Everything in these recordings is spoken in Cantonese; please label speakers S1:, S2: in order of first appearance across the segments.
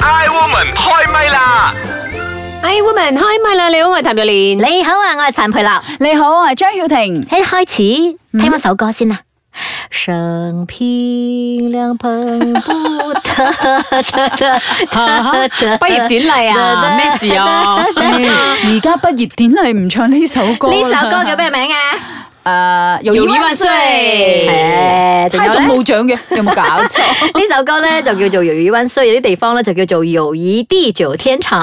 S1: I Woman 開唛啦！
S2: 哎，woman 開唛啦！你好，我係譚玉蓮。
S3: 你好啊，我係陳佩樂。
S4: 你好，我係張曉婷。
S3: 一開始聽一首歌先啊啦。生平兩捧不 得，
S2: 畢業典禮啊，咩事啊？
S4: dạ. 而家畢業典禮唔唱呢首歌啦，
S3: 呢首歌叫咩名啊？
S4: 誒，友誼萬歲，
S3: 誒，仲
S4: 猜
S3: 有咧
S4: 中冇獎嘅，有冇搞 錯？
S3: 呢首歌咧就叫做《友誼灣衰》，有啲地方咧就叫做《友誼地久天長》，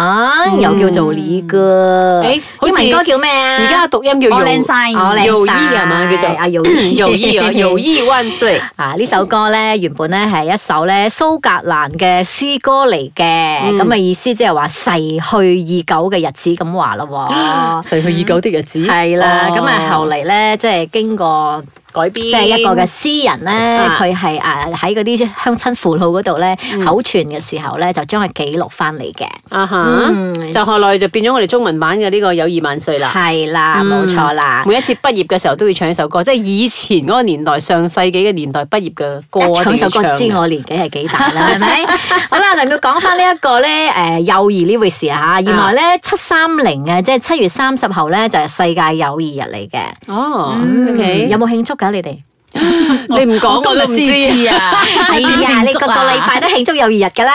S3: 又叫做離歌。
S2: 誒好
S3: 英
S2: 似
S3: 文歌叫咩啊？
S2: 而家嘅讀音叫
S4: 我
S2: 友
S4: 靚晒
S3: 我靚
S2: 友誼
S3: 晒
S2: 係嘛？叫做
S3: 啊友誼
S2: 友誼啊，友誼萬歲！
S3: 啊！呢首歌咧原本咧係一首咧蘇格蘭嘅詩歌嚟嘅，咁嘅、意思即係話逝去已久嘅日子咁話咯 喎。
S2: 逝去已久的日子
S3: 係啦，
S2: 哦
S3: 咁啊、後
S2: 嚟
S3: 嚟咧即係經過。
S2: 改編，
S3: 即係一個嘅詩人咧，
S2: 啊嗯
S3: 佢係誒喺嗰啲鄉親父老嗰度咧口傳嘅時候咧，就將佢記錄翻嚟嘅。
S2: 啊
S3: 嗯
S2: 哈，就後來就變咗我哋中文版嘅呢個友誼萬歲啦。
S3: 係啦，
S2: 嗯
S3: 冇錯啦。
S2: 每一次畢業嘅時候都要唱一首歌，即係以前嗰個年代、上世紀嘅年代畢業嘅歌
S3: 一唱
S2: 一定
S3: 首
S2: 要
S3: 歌
S2: 唱啊
S3: 知
S2: 嘅
S3: 我年紀係幾大 啦，係咪？好啦，就要講翻呢一個咧，誒友誼呢回事啊嚇。原來咧七三零啊嘅，即係七月三十號咧，就係世界友誼日嚟嘅。
S2: 哦
S3: 嗯
S2: Ờ, ，OK，
S3: 有冇慶祝㗎？你哋？
S2: 你唔講我都唔
S4: 先
S2: 知。
S4: 啊！
S3: 係啊，你個個禮拜都慶祝友誼日㗎啦，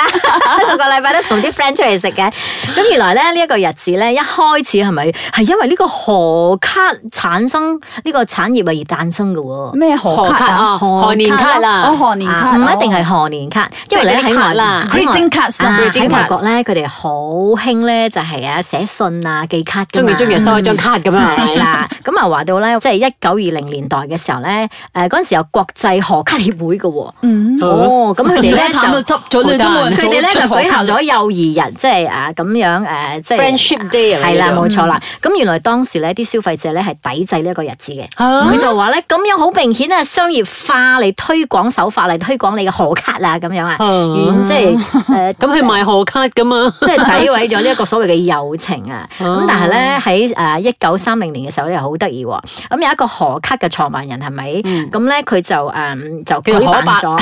S3: 個個禮拜都同啲 friend 出嚟食嘅。咁原來咧呢一個日子咧，一開始係咪係因為呢個賀卡產生呢個產業啊而誕生嘅喎？
S4: 咩賀
S2: 賀
S4: 卡
S2: 卡
S4: 啊？
S2: 啊，
S3: 賀
S2: 賀年卡
S4: 哦，
S2: 啦，
S4: 賀年卡哦
S3: 啊唔一定係賀年卡，因為咧
S2: 即係嗰啲
S3: 喺
S2: 卡
S3: 外
S2: 啦
S3: 喺外
S4: Greeting cards 啦
S3: 啊
S2: Greeting
S3: 喺
S2: cards
S3: 外國咧，佢哋好興咧就係啊寫信啊寄卡㗎
S2: 中
S3: 嘛
S2: 意中意收一張卡咁啊，
S3: 係啦，咁啊話到咧，即係一九二零年代嘅時候咧，誒嗰陣時有國際賀卡協會嘅喎，
S4: 嗯，
S3: 哦，咁佢哋
S4: 而
S3: 咧
S4: 家
S3: 就
S4: 慘啊到執咗你都冇人
S3: 佢
S4: 做
S3: 哋咧就
S4: 出
S3: 舉
S4: 賀卡
S3: 行咗幼兒日，即係啊咁樣誒，即係
S2: Friendship Day 啊
S3: 係啦，
S2: 呢個
S3: 冇錯啦。咁原來當時咧啲消費者咧係抵制呢一個日子嘅。
S2: 啊
S3: 佢就話咧，咁樣好明顯係商業化嚟推廣手法嚟推廣你嘅賀卡啦，咁樣啊，
S2: 嗯
S3: 嗯即係誒，
S2: 咁去賣賀卡噶嘛？
S3: 即係詆毀咗呢一個所謂嘅友情啊！
S2: 哦
S3: 咁但係咧喺誒一九三零年嘅時候咧，好得意喎。咁有一個賀卡嘅創辦人係咪？
S2: 嗯
S3: 咁咧佢就誒就
S2: 叫做
S3: 舉辦咗，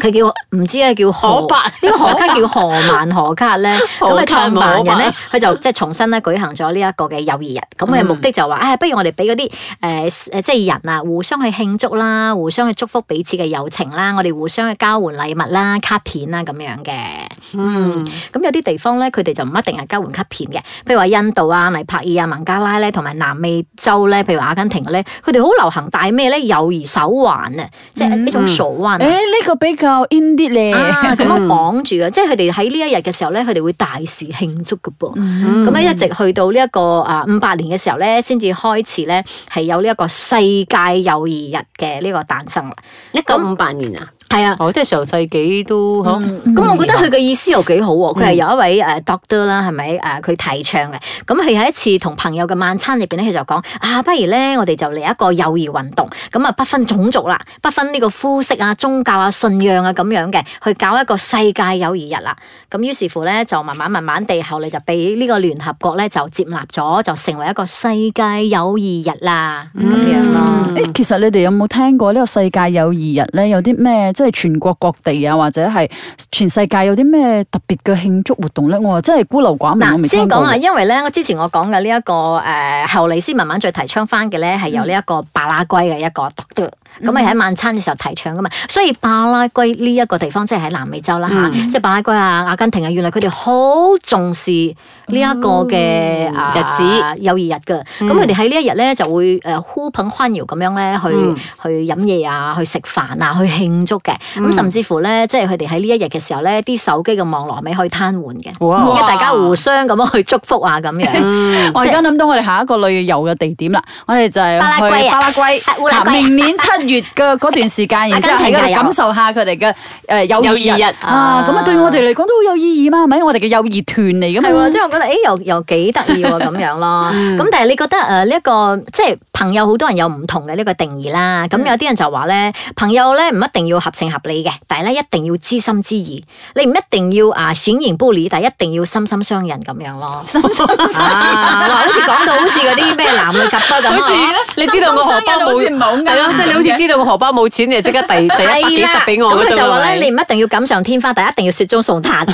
S3: 佢叫唔知啊叫
S2: 可
S3: 何
S2: 伯
S3: 呢個賀卡叫何曼賀卡 咧。咁
S2: 賀
S3: 嘅
S2: 卡
S3: 創
S2: 冇
S3: 辦人
S2: 可
S3: 咧，佢就即係重新咧舉行咗呢一個嘅友誼日。咁佢嘅目的就話：，啊唉，不如我哋俾嗰啲誒誒即係人啊，互相去慶祝啦，互相去祝福彼此嘅友情啦，我哋互相去交換禮物啦、卡片啦咁樣嘅。
S2: 嗯，
S3: 咁有啲地方咧，佢哋就唔一定係交換卡片嘅，譬如話印度啊、尼泊爾啊、孟加拉咧，同埋南美洲咧，譬如話阿根廷咧，佢哋好流行戴咩咧？友誼手環啊，即
S2: 嗯
S3: 係一種手環
S4: 誒，
S3: 啊。
S4: 呢個比較 in 啲咧。
S3: 啊，咁樣綁住嘅，即係佢哋喺呢一日嘅時候咧，佢哋會大肆慶祝嘅噃。咁咧、一直去到呢、一個啊五八年嘅時候咧，先至開始咧係有呢一個世界友誼日嘅呢個誕生啦。
S2: 一九五八年啊，
S3: 係啊，
S2: 哦，即係上世紀都嗬。
S3: 咁我覺得佢嘅意思又幾好喎，佢係有一位誒 doctor 啦，係咪誒佢提倡嘅？咁佢喺一次同朋友嘅晚餐入邊咧，佢就講啊，不如咧我哋就嚟一個友誼運動，咁啊不分種族啦，不分呢個膚色啊、宗教啊、信仰啊咁樣嘅，去搞一個世界友誼日啦。咁於是乎咧，就慢慢慢慢地後嚟就俾呢個聯合國咧就接納咗，就成為一個世界友誼日啦，咁樣咯。
S4: 誒，其實你哋有冇聽過呢個世界友誼日咧？有啲咩即係全國各地啊，或者係全世界有啲咩特別嘅慶祝活動咧？我真係孤陋寡聞，我
S3: 嗱，
S4: 未
S3: 先
S4: 聽過
S3: 講啊，
S4: 嘅。
S3: 因為咧，我之前我講嘅呢一個誒、呃、後嚟先慢慢再提倡翻嘅咧，係由呢一個巴拉圭嘅一個 doctor，咁係喺晚餐嘅時候提倡噶嘛，所以巴拉圭呢一個地方即係喺南美洲啦嚇，即係巴拉圭啊、阿根廷啊，原來佢哋好重視呢一個嘅、
S2: 嗯
S3: 啊
S2: 日子
S3: 友誼日嘅，
S2: 嗯
S3: 咁佢哋喺呢一日咧就會誒呼朋歡搖咁樣咧去、
S2: 嗯
S3: 去飲嘢啊，去食飯啊，去慶祝嘅，咁、甚至乎咧即係佢哋喺呢一日嘅時候咧，啲手機嘅網絡咪可以癱瘓嘅。
S2: 哇嗯
S3: 因為大家互相咁樣去祝福啊，咁樣。
S4: 我而家諗到我哋下一個旅遊嘅地點啦，我哋就係
S3: 巴拉圭
S4: 去
S3: 啊
S4: 巴拉圭
S3: 係烏。拉
S4: 嗱
S3: 圭
S4: 明年七月嘅嗰段時間，然之後喺嗰度感受下佢哋嘅誒友
S2: 友誼
S4: 誼
S2: 日
S4: 日啊，咁啊對我哋嚟講都好有意義嘛，係咪？我哋嘅友誼團嚟噶
S3: 啊係喎，
S4: 嘛
S2: 嗯
S3: 即。係我覺得，誒又又幾得意喎咁樣咯。咁但係你覺得誒呢一個即係朋友好多人有唔同嘅呢個定義啦。
S2: 嗯
S3: 咁有啲人就話咧，朋友咧唔一定要合情合理嘅，但係咧一定要知心知意。你唔一定要啊閃言不理，但係一定要心心相印咁樣咯。心心 啊，哇好似講到好似嗰啲咩男女夾多咁啊
S2: 你知道我荷包冇，
S4: 唔啊好
S2: 係啊咯，即係你好似知道我荷包冇錢，你就即刻遞遞一百幾十俾我
S3: 係
S2: 嗰
S3: 啦咁佢
S2: 種
S3: 就話
S2: 係
S3: 咧，
S2: 咪？
S3: 你唔一定要錦上添花，但係一定要雪中送 炭。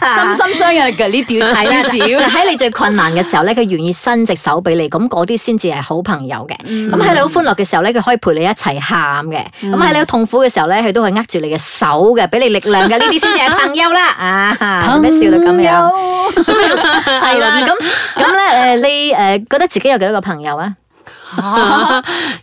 S4: 心心相印嘅呢啲
S3: 係啊啦，
S4: 少
S3: 就喺你最困難嘅時候咧，佢願意伸隻手俾你，咁嗰啲先至係好朋友嘅。咁喺你好歡樂嘅時候咧，佢可以陪你一齊喊嘅。咁喺你好痛苦嘅時候咧，佢都係握住你嘅手嘅，俾你力量嘅。呢啲先至係朋友啦。啊，咩笑到咁樣？係啦，咁咁咧誒，你誒覺得自己有幾多個朋友啊？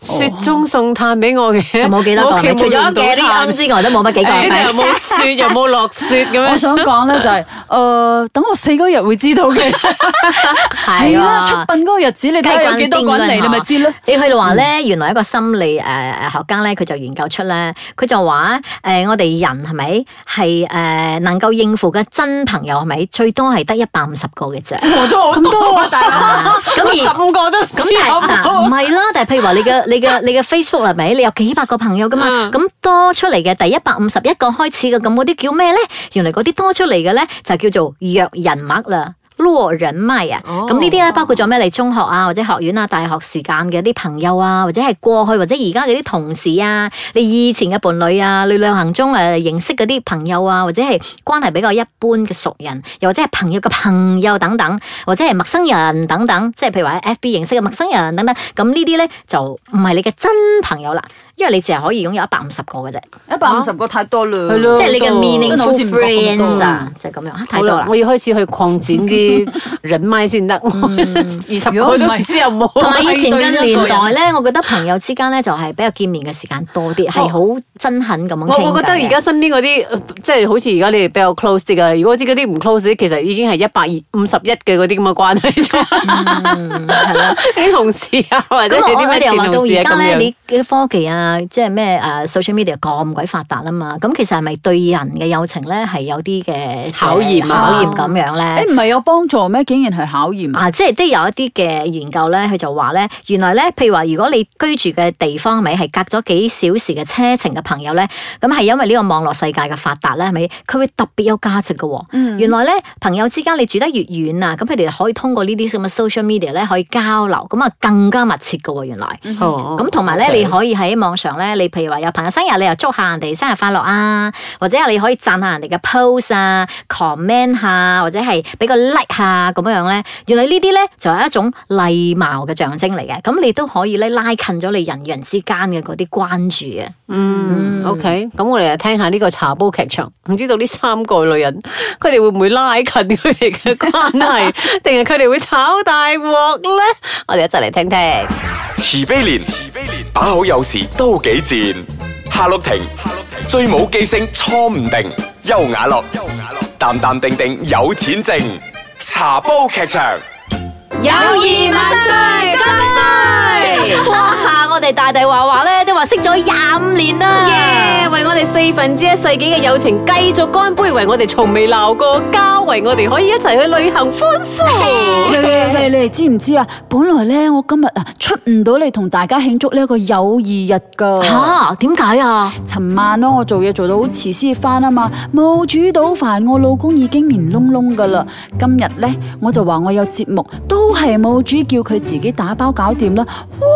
S2: 雪中送炭俾我嘅，
S3: 就冇幾多個，
S2: 我屋企
S3: 除
S2: 冇
S3: 咗
S2: 用到
S3: 嘅啲
S2: 炭
S3: 啱之外，都冇乜幾個。
S2: 誒又冇雪又冇落雪咁
S4: 我
S2: 樣。
S4: 想講咧 就係，誒，等我死嗰日會知道嘅。係
S3: 係
S4: 啦，出
S3: 啊。
S4: 殯嗰個日子，你睇下有幾多個人嚟，你咪知咯。
S3: 你佢話咧，
S2: 嗯
S3: 原來一個心理誒誒學家咧，佢就研究出咧，佢就話誒、呃我哋人係咪係誒能夠應付嘅真朋友係咪最多係得一百五十個嘅啫？
S4: 我都好多啊，大
S3: 啊咁
S2: 我十
S3: 而
S2: 五個都唔知
S3: 咁但
S2: 有
S3: 係嗱，唔
S2: 冇。
S3: 係啦，但係譬如話 你嘅你嘅你嘅 Facebook 係咪？你有幾百個朋友噶嘛？
S2: 嗯
S3: 咁、多出嚟嘅第一百五十一個開始嘅，咁嗰啲叫咩咧？原來嗰啲多出嚟嘅咧就叫做弱人脈啦。落人脈啊，
S2: 哦
S3: 咁呢啲咧包括咗咩？你中學啊，或者學院啊、大學時間嘅啲朋友啊，或者係過去或者而家嘅啲同事啊，你以前嘅伴侶啊，你旅行中誒認識嗰啲朋友啊，或者係關係比較一般嘅熟人，又或者係朋友嘅朋友等等，或者係陌生人等等，即係譬如話喺 FB 認識嘅陌生人等等，咁呢啲咧就唔係你嘅真朋友啦，因為你淨係可以擁有一百五十個嘅啫，
S4: 一百五十個太多啦，
S2: 係咯
S3: 即係你嘅
S4: 哦真係好
S3: meaningful
S4: 似唔覺咁多
S3: friends 啊，就係咁樣啊，太
S2: 好
S3: 多
S2: 啦
S3: 啦，嗯
S2: 我。要開始去擴展啲 人咪先得，二十
S4: 如果
S2: 個
S4: 唔
S2: 都唔
S4: 係
S2: 知有冇。
S3: 同埋以前嘅年代
S4: 我
S3: 咧，我覺得朋友之間咧就係比較見面嘅時間多啲，係好真懇咁樣傾偈嘅
S2: 哦我我覺得而家身邊嗰啲，呃即係好似而家你哋比較 close 啲嘅，如果知嗰啲唔 close 啲，其實已經係一百二五十一嘅嗰啲咁嘅關係咗。
S3: 嗯係啦。
S2: 啲同事啊，或者
S3: 咁
S2: 你啲
S3: 我我
S2: 咩
S3: 哋
S2: 前
S3: 又話到
S2: 同
S3: 而
S2: 事啊
S3: 家
S2: 咁
S3: 咧，
S2: 樣。
S3: 你嘅科技啊，即係咩誒 social media 咁鬼發達啊嘛，咁其實係咪對人嘅友情咧係有啲嘅
S2: 考驗啊
S3: 考驗咁樣咧？
S4: 誒唔係有幫助咩？竟然係考驗。
S3: 啊，即係都有一啲嘅研究咧，佢就話咧，原來咧，譬如話，如果你居住嘅地方係咪係隔咗幾小時嘅車程嘅朋友咧，咁係因為呢個網絡世界嘅發達咧，係咪佢會特別有價值嘅喎、原來咧，朋友之間你住得越遠啊，咁佢哋可以通過呢啲咁嘅 social media 咧，可以交流，咁啊更加密切嘅喎、原來。咁
S2: 咁
S3: 同埋咧，你可以喺網上咧，你譬如話有朋友生日，你又祝下人哋生日快樂啊，或者係你可以讚下人哋嘅 post 啊，comment 下，或者係俾個 like 下咁樣樣咧。原來呢啲咧就係一種禮貌嘅象徵嚟嘅，咁你都可以咧拉近咗你人與人之間嘅嗰啲關注啊。
S2: 嗯，OK，咁我哋就聽下呢個茶煲劇場，唔知道呢三個女人佢哋會唔會拉近佢哋嘅關係， 定係佢哋會炒大鑊咧？我哋一齊嚟聽聽。
S1: 慈悲蓮，慈悲蓮，把好有時都幾賤。夏綠庭，夏綠庭，最冇記性錯唔定。優雅樂，優雅樂，淡淡定定有錢剩。茶煲劇場，
S3: 友誼萬歲，乾杯！哇！我哋大大話話咧都話識咗廿五年啦。
S2: 耶！為我哋四分之一世紀嘅友情繼續乾杯，為我哋從未鬧過交，為我哋可以一齊去旅行歡呼。
S4: 喂喂喂，你哋知唔知啊？本來咧，我今日啊出唔到嚟同大家慶祝呢一個友誼日噶。
S3: 吓？點解啊？
S4: 尋晚咯，我做嘢做到好遲先翻啊嘛，冇煮到飯，我老公已經面窿窿噶啦。今日呢，我就話我有節目，都係冇煮，叫佢自己打包搞掂啦。哇！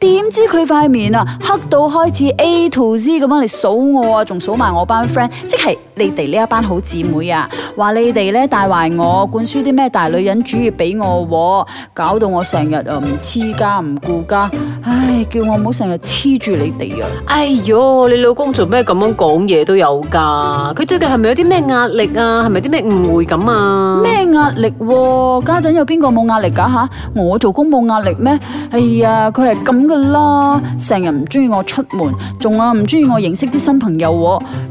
S4: 點知佢塊面啊黑到開始 A to Z 咁樣嚟數我啊，仲數埋我班 friend，即係你哋呢一班好姊妹啊，話你哋呢帶壞我，灌輸啲咩大女人主義俾我喎，搞到我成日啊唔黐家唔顧家，唉，叫我唔好成日黐住你哋啊！
S2: 哎喲，你老公做咩咁樣講嘢都有噶？佢最近係咪有啲咩壓力啊？係咪啲咩誤會咁啊？？
S4: 咩壓力喎、家陣有邊個冇壓力㗎吓？我做工冇壓力咩？哎呀，佢係咁噶啦，成日唔中意我出門，仲啊唔中意我認識啲新朋友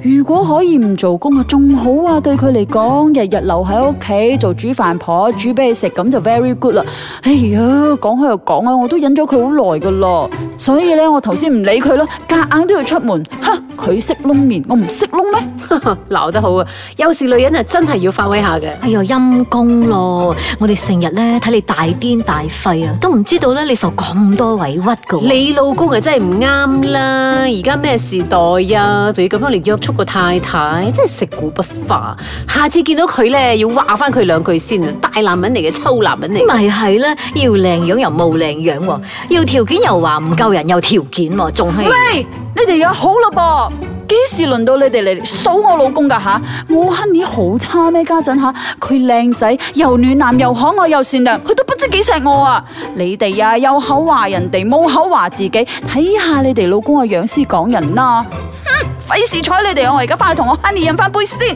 S4: 喎。如果可以唔做工啊，仲好啊，對佢嚟講，日日留喺屋企做煮飯婆，煮俾你食咁就 very good 啦。哎呀，講開又講啊，我都忍咗佢好耐噶啦，所以咧我頭先唔理佢咯，夾硬都要出門。哈，佢識窿面，我唔識窿咩？
S2: 鬧得好啊！有時女人啊，真係要發威下嘅。
S3: 哎呀，陰公咯！我哋成日咧睇你大癲大肺啊，都唔知道咧你受咁多委屈噶。
S2: 你老公啊真係唔啱啦！而家咩時代啊，仲要咁樣嚟約束個太太，真係食古不化。下次見到佢咧，要話翻佢兩句先啊！大男人嚟嘅，臭男人嚟嘅。
S3: 咪係咧，要靚樣又冇靚樣喎，要條件又話唔夠人有條件喎，仲係
S4: 喂，你哋又好啦噃，幾時輪到你哋嚟數我老公噶吓？我 Honey 好差咩家陣吓？佢靚仔又暖男又可愛又善良，佢都不知幾錫我啊！你哋啊，有口話人哋，冇口話自己，睇下你哋老公嘅樣先講人啦、哼，費事睬你哋啊，我而家翻去同我 Honey 飲翻杯
S2: 啊
S4: 先。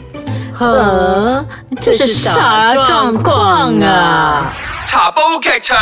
S3: 呃，這是啥狀況啊？
S1: 茶煲劇場。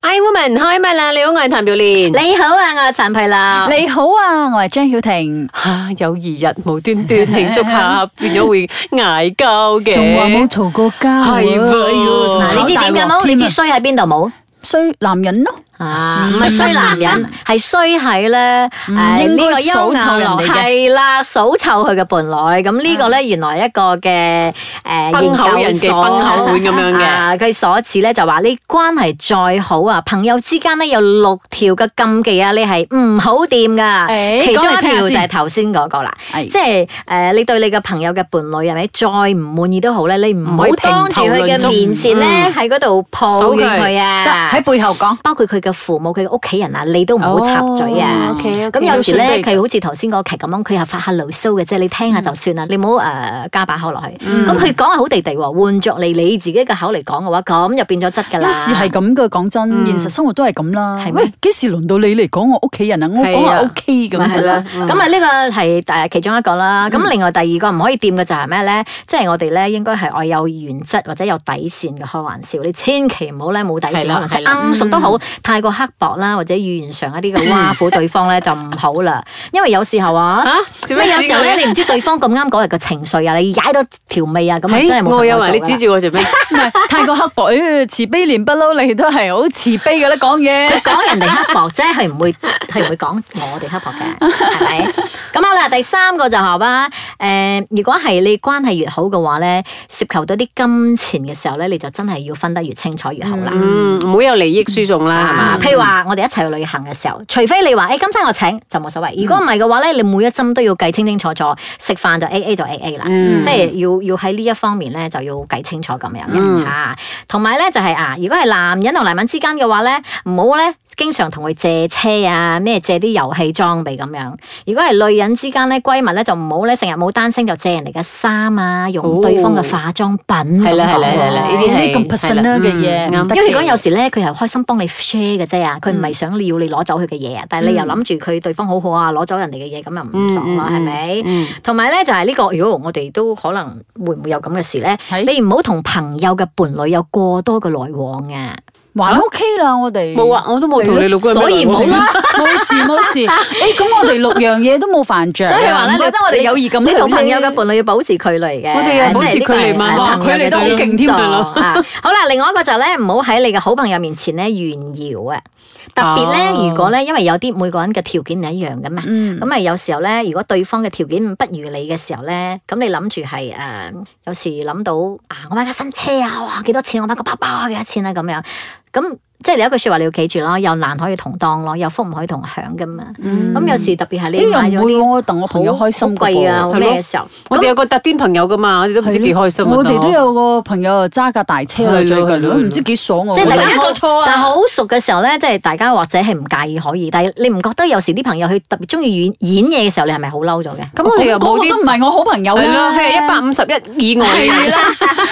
S2: I woman 開唛啦！你好，我係譚妙蓮。
S3: 你好啊，我係陳皮啦。
S4: 你好啊，我係張曉婷，
S2: 吓、有二日無端端慶祝下， 變咗會嗌交嘅。
S4: 嘈過交
S2: 係喎哎呦仲
S3: 嗱，你知點㗎冇？你
S4: 啊
S3: 知衰喺邊度冇？
S4: 衰男人咯？
S3: 啊，唔係衰男人，係衰喺咧
S4: 嗯
S3: 誒呢
S4: 應該
S3: 個優
S4: 數臭
S3: 雅
S4: 人
S3: 樂
S4: 哋嘅
S3: 係啦，數臭佢嘅伴侶。咁呢個咧原來一個嘅誒
S2: 崩口人
S3: 研
S2: 忌
S3: 究
S2: 崩口
S3: 所
S2: 碗咁樣嘅。
S3: 啊，佢所指咧就話你關係再好啊，朋友之間咧有六條嘅禁忌啊，你係唔好掂噶。
S4: 誒
S3: 其中
S4: 講
S3: 一
S4: 嚟
S3: 條就
S4: 聽下先嗯
S3: 係頭先嗰個啦，
S4: 係
S3: 即係誒、呃你對你嘅朋友嘅伴侶係咪再唔滿意都好咧，你唔好
S2: 唔可以
S3: 當住佢
S2: 評頭論足
S3: 嘅面前咧喺嗰度抱怨佢啊。
S4: 喺背後講。
S3: 包括佢嘅父母、佢嘅屋企人啊，你都唔好插嘴啊
S2: 哦。，OK，OK，
S3: 咁有時
S2: 都
S3: 咧，
S2: 算係
S3: 佢好似頭先嗰個劇咁樣，佢係發下牢騷嘅啫，你聽
S2: 嗯
S3: 下就算啦，你唔好誒加把口落去。咁佢講係好地地喎，換作你你自己嘅口嚟講嘅話，咁就變咗質㗎啦。
S4: 有時係咁噶，講真，
S2: 嗯
S4: 現實生活都係咁啦
S3: 係。咩
S4: 喂，幾時輪到你嚟講我屋企人啊？我講
S2: 係
S4: 話
S2: 啊
S4: O K 咁
S2: 咪係
S4: 樣
S2: 啦
S4: 啦。
S2: 嗯
S3: 咁啊，呢個係誒其中一個啦。咁另外第二個唔可以掂嘅就係咩咧？即係我哋咧應該係愛有原則或者有底線嘅開玩笑，你千祈唔好咧冇底線
S2: 係啦
S3: 開
S2: 嗯
S3: 玩笑，
S2: 係啦
S3: 啱熟都好，太過刻薄啦，或者語言上一啲嘅挖苦對方咧就唔好啦。因為有時 候啊
S2: 吓。，做
S3: 咩
S2: 咩
S3: 有時候咧，
S2: 指
S3: 你唔知對方咁啱嗰日嘅情緒啊，你踩到條尾啊，咁
S2: 我
S3: 啊
S2: 嘅
S3: 真係冇朋友
S2: 誒我有話你
S3: 做㗎啦
S2: 指住我做咩？
S4: 唔係太過刻薄， 誒慈悲連不嬲，你都係好慈悲嘅啦，講嘢。
S3: 講人哋刻薄啫，係唔會係唔會講我哋刻薄嘅，係 咪？咁好啦，第三個就係話，誒、如果係你關係越好嘅話咧，涉及到啲金錢嘅時候咧，你就真係要分得越清楚越好啦。
S2: 嗯，唔好有利益輸送啦，係嘛、
S3: 啊，譬如話我哋一齊去旅行嘅時候，除非你話誒、哎今餐我請就冇所謂，如果唔係嘅話咧，你每一針都要計清清楚楚，食飯就 A A 就 A A 啦，
S2: 嗯
S3: 即係要要喺呢一方面咧就要計清楚咁樣
S2: 嗯
S3: 嘅啊。同埋咧就係、啊，如果係男人同男人之間嘅話咧，唔好咧經常同佢借車啊，咩借啲遊戲裝備咁樣。如果係女人之間咧，閨蜜咧就唔好咧成日冇單聲就借人哋嘅衫啊，用對方嘅化妝品
S2: 哦
S3: 咁
S2: 係啦係
S3: 講
S2: 啦係啦，
S3: 喎
S2: 呢啲係
S4: 呢咁 personal 嘅嘢
S2: 嗯啱
S4: 唔得嗯
S3: 因為佢講有時咧，佢係開心幫你 share 嘅啫啊，佢唔係想要你攞走佢嘅嘢啊，但係你又諗住佢對方好好啊，攞走人哋嘅嘢咁又唔爽啦，係咪？
S2: 嗯
S3: 同埋咧就係呢個，如果我哋都可能會唔會有咁嘅事咧？
S4: 係
S3: 你唔好同朋友嘅伴侶有過多嘅來往啊！
S4: 還 O K 啦，我哋
S2: 冇啊，，我都冇同你老公有咩
S3: 所以
S2: 來往
S3: 冇啦。
S4: 冇事冇事。誒，咁我哋六樣嘢都冇犯着。啊
S3: 所以話咧，
S4: 唔覺得我哋友誼咁
S3: 你同
S4: 好
S3: 朋友嘅伴侶要保持距離嘅，
S2: 我哋又保持距離嘛
S4: 哇距離都好勁添
S3: 啊！
S4: 啊
S3: 啊 好啦，另外一個就咧，唔好喺你嘅好朋友面前咧炫耀啊！特別
S2: 哦
S4: 啊
S3: 咧，如果咧，因為有啲每個人嘅條件唔一樣噶嘛。
S4: 嗯，
S3: 咁啊，有時候咧，如果對方嘅條件不如你嘅時候咧，咁你諗住係誒，有時諗到啊，我買架新車啊，哇，幾多錢？我買個包包啊，幾多錢啊？咁樣，咁即係你有一句説話你要記住咯，有難可以同當咯，有福唔可以同享噶嘛。
S4: 嗯
S3: 咁有時特別係
S4: 呢
S3: 你買咗
S4: 樣唔會
S3: 啲
S4: 喎，我等我朋友開心
S3: 好
S4: 嘅
S3: 貴
S4: 喎
S3: 啊，
S2: 係咯
S3: 咩嘅時候，
S2: 我哋有個特癲朋友噶嘛，我哋都唔知幾開心啊
S4: 我哋都有個朋友揸架大車啦，
S2: 係
S4: 最
S2: 咯係
S4: 近
S2: 咯
S4: 都唔知幾爽我。
S3: 即係大
S4: 我
S3: 家
S4: 第一個錯
S3: 好，但係
S4: 啊！
S3: 好熟嘅時候咧，即係大家或者係唔介意可以，但係你唔覺得有時啲朋友佢特別中意演演嘢嘅時候，你係咪好嬲咗嘅？
S2: 咁我哋又
S4: 嗰
S2: 冇
S4: 個都
S2: 啲
S4: 唔係我好朋友
S2: 係咯，
S4: 啦，
S2: 佢係一百五十一以外
S4: 係啦，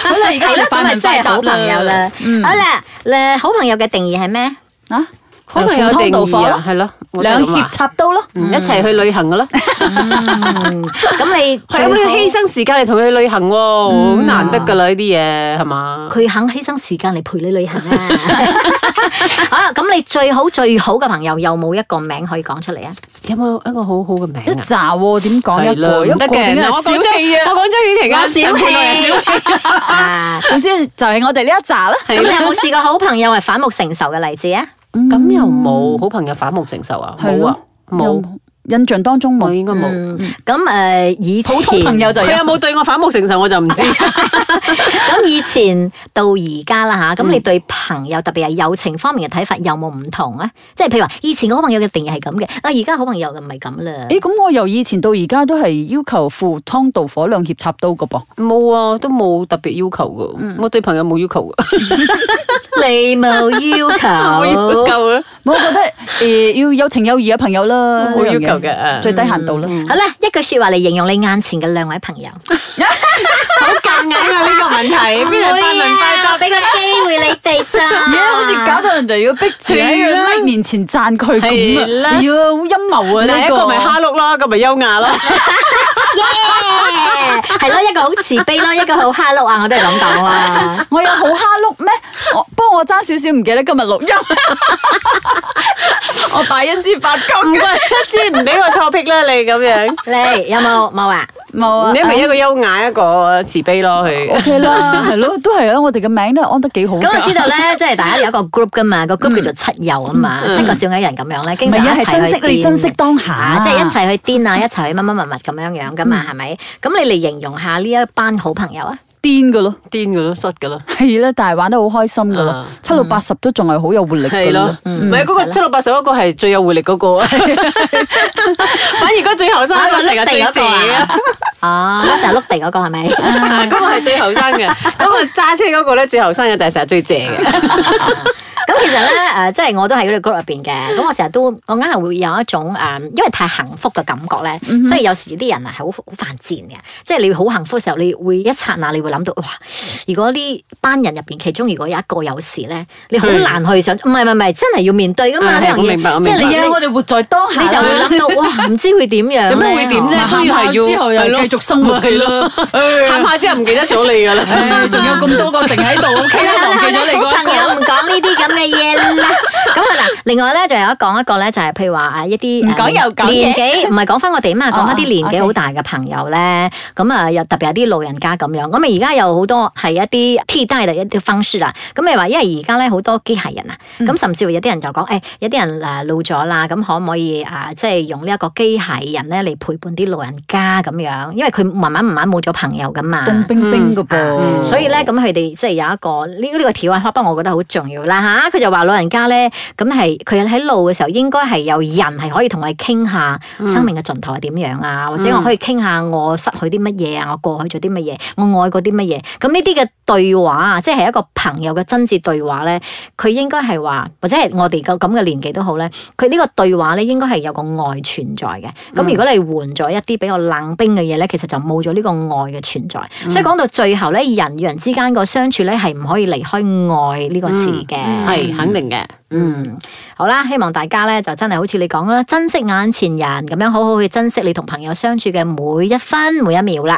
S4: 好啦，而家
S3: 係啦
S4: 我哋，
S3: 咁
S4: 快
S3: 咪
S4: 問
S3: 真係
S4: 快答
S3: 好朋友啦。
S4: 嗯
S3: 好啦，咧好朋友嘅定義係咩？
S4: 啊，
S2: 可能有定義啊，係咯，我都係
S4: 兩
S2: 咁話
S4: 肋插刀咯。
S2: 嗯一齊去旅行噶啦，
S3: 嗯咁你
S2: 係咁
S3: 最
S2: 要
S3: 好
S2: 犧牲時間嚟同佢去旅行喎，好難得噶啦呢啲嘢係嘛？
S3: 佢肯犧牲時間嚟陪你旅 行啊！好啦，咁你最好最好嘅朋友有冇一個名可以講出嚟啊？
S2: 有冇一個好好嘅名
S4: 一
S2: 啊？
S4: 扎喎，點講一
S2: 係啦
S4: 個？一
S2: 唔
S4: 個
S2: 得嘅，
S4: 點
S2: 嗱
S4: 係
S2: 我
S4: 小
S2: 講張
S4: 氣啊！
S2: 我講張雨婷啊，
S3: 小氣啊！
S4: 總之就係我哋呢一扎啦。
S3: 咁你 有冇試過好朋友係反目成仇嘅例子啊？
S2: 咁又冇好朋友反目成仇啊？
S4: 係
S2: 冇啊
S4: 咯，
S2: 冇，，
S4: 有印象當中
S2: 我
S4: 冇。
S2: 應該冇。
S3: 嗯，咁诶，以前
S4: 普通朋友就有
S2: 佢有冇對我反目成仇我就唔知。
S3: 咁以前到而家啦
S2: 嗯
S3: 吓，咁你對朋友特別係友情方面嘅睇法有冇唔同啊？即係譬如話，以前嘅好朋友嘅定義係咁嘅，啊而家好朋友就唔係咁啦。
S4: 誒，咁我由以前到而家都係要求赴湯蹈火兩肋插刀嘅噃。
S2: 冇啊，都冇特別要求噶。我對朋友冇要求噶，
S3: 你冇 要
S2: 我要
S3: 求。
S2: 求啊，
S4: 我覺得誒要有情有義嘅朋友啦，
S2: 冇要
S4: 呢樣嘢
S2: 求嘅啊
S4: 最低限 度啦。
S3: 好啦，一句说話嚟形容你眼前嘅兩位朋友。
S2: 好夾硬啊呢個問題，邊係百能快答
S3: 俾個機會你哋咋？
S4: 嘢 好似搞到人哋要逼住喺
S2: 係啦
S4: 佢 like 面前讚佢咁
S2: 係啦
S4: 啊！哎呀，好陰謀啊！
S2: 嗱
S4: 呢
S2: 一個咪蝦碌啦，一個咪優雅啦。
S3: 耶！係咯，一個好慈悲咯，一個好蝦碌啊，我都係咁 講啦。
S4: 我有好蝦碌咩？我不過我爭少少唔記得今日錄音， 我大一先發
S2: 唔
S4: 金嘅
S2: 怪之唔俾我 topic 啦，你咁樣，
S3: 你有冇冇啊？
S4: 冇啊
S2: 你咪一個優雅，一個慈悲咯，佢。
S4: ，OK 啦，係咯，都係啊，我哋嘅名都係安得幾好㗎。嗯
S3: 咁我知道咧，即係大家有一個 group 噶嘛，個 group 叫做七友啊嘛，七個小矮人咁樣咧，經常
S4: 唔係啊
S3: 一齊
S4: 係珍惜
S3: 去
S4: 你
S3: 癲
S4: 珍惜當下嗯
S3: 啊即係一齊去癲啊，一齊去乜乜乜乜咁樣樣噶嘛，係咪？咁你嚟形容下呢一班好朋友啊？
S4: 癲嘅咯，
S2: 癲噶咯，塞噶咯，
S4: 係啦，但係玩得好開心嘅咯
S2: 啊，
S4: 七老八十都仲係好有活力
S2: 係
S4: 嘅
S2: 咯
S4: 咯，。
S2: 唔係嗰個七六八十嗰個係最有活力嗰 個，反而嗰個最後生嗰個成日最正
S3: à?
S2: 啊！
S3: 啊， 哦成日碌地嗰個係咪？
S2: 嗰個係最後生嘅，嗰個揸車嗰個咧最後生嘅，但係成日最正嘅。
S3: 咁其實 咧，誒、即係我都喺嗰個 group 入邊嘅。咁我成日都，我硬係會有一種誒、因為太幸福嘅感覺咧，
S2: 嗯
S3: 所以有時啲人係好好犯賤嘅。即係你好幸福嘅時候，你會一剎那，你會諗到，哇！如果呢班人入邊其中如果有一個有事咧，你好
S2: 係
S3: 難去想，唔係唔係唔係，真係要面對噶嘛
S2: 啊
S3: 呢樣
S2: 我嗯明白我
S3: 嘢。即
S2: 明白
S3: 係你
S4: 係啊，
S3: 你
S4: 我哋活在當下啦，
S3: 你就會諗到，哇！唔知會點樣呢？
S2: 有咩會點啫都
S3: 係嘛
S2: 要係要
S4: 之後又
S2: 係咯
S4: 繼續生活嘅咯，
S2: 喊下之後唔記得咗你噶啦。
S4: 唉仲有咁多個剩喺度，OK 啦，忘記咗你嗰
S3: 好朋
S4: 一個
S3: 友。唔講呢啲咁嘅嘢 啦。咁啊嗱，另外咧就有一講一個咧，就係譬如話啊一啲
S4: 唔講又講嘅
S3: 誒年 紀，唔係講翻我哋啊嘛，講翻啲年紀
S4: 哦
S3: 好大嘅朋友咧，咁啊又特別係啲老人家咁樣。咁啊而家有好多係一啲啊替代嘅一啲方式啦。咁咪話，因為而家咧好多機械人啊，
S4: 嗯
S3: 咁甚至乎有啲人就講，誒有啲人呃誒老咗啦，咁可唔可以啊即係用呢一個機械人咧嚟陪伴啲老人家咁樣？因為佢慢慢慢慢冇咗朋友噶嘛。
S4: 凍冰冰嘅
S2: 嗯
S4: 噃，
S3: 所以咧，咁佢哋即係有一個呢呢、個條啊，不過我覺得好重要啦吓。佢就話老人家咧，咁係佢喺路嘅時候，應該係有人係可以同佢傾下生命嘅盡頭係點樣啊，或者我可以傾下我失去啲乜嘢啊，我過去咗啲乜嘢，我愛過啲乜嘢。咁呢啲嘅對話啊，即係一個朋友嘅真摯對話咧，佢應該係話，或者係我哋個咁嘅年紀都好咧，佢呢個對話咧應該係有個愛存在嘅。咁如果你換咗一啲比較冷冰嘅嘢咧，其實就冇咗呢個愛嘅存在。所以講到最後咧，人與人之間個相處咧係唔可以離開愛呢個字嘅。
S2: 係肯定嘅，
S3: 嗯，好啦，希望大家咧就真係好似你講啦，珍惜眼前人咁樣，好好去珍惜你同朋友相處嘅每一分每一秒啦。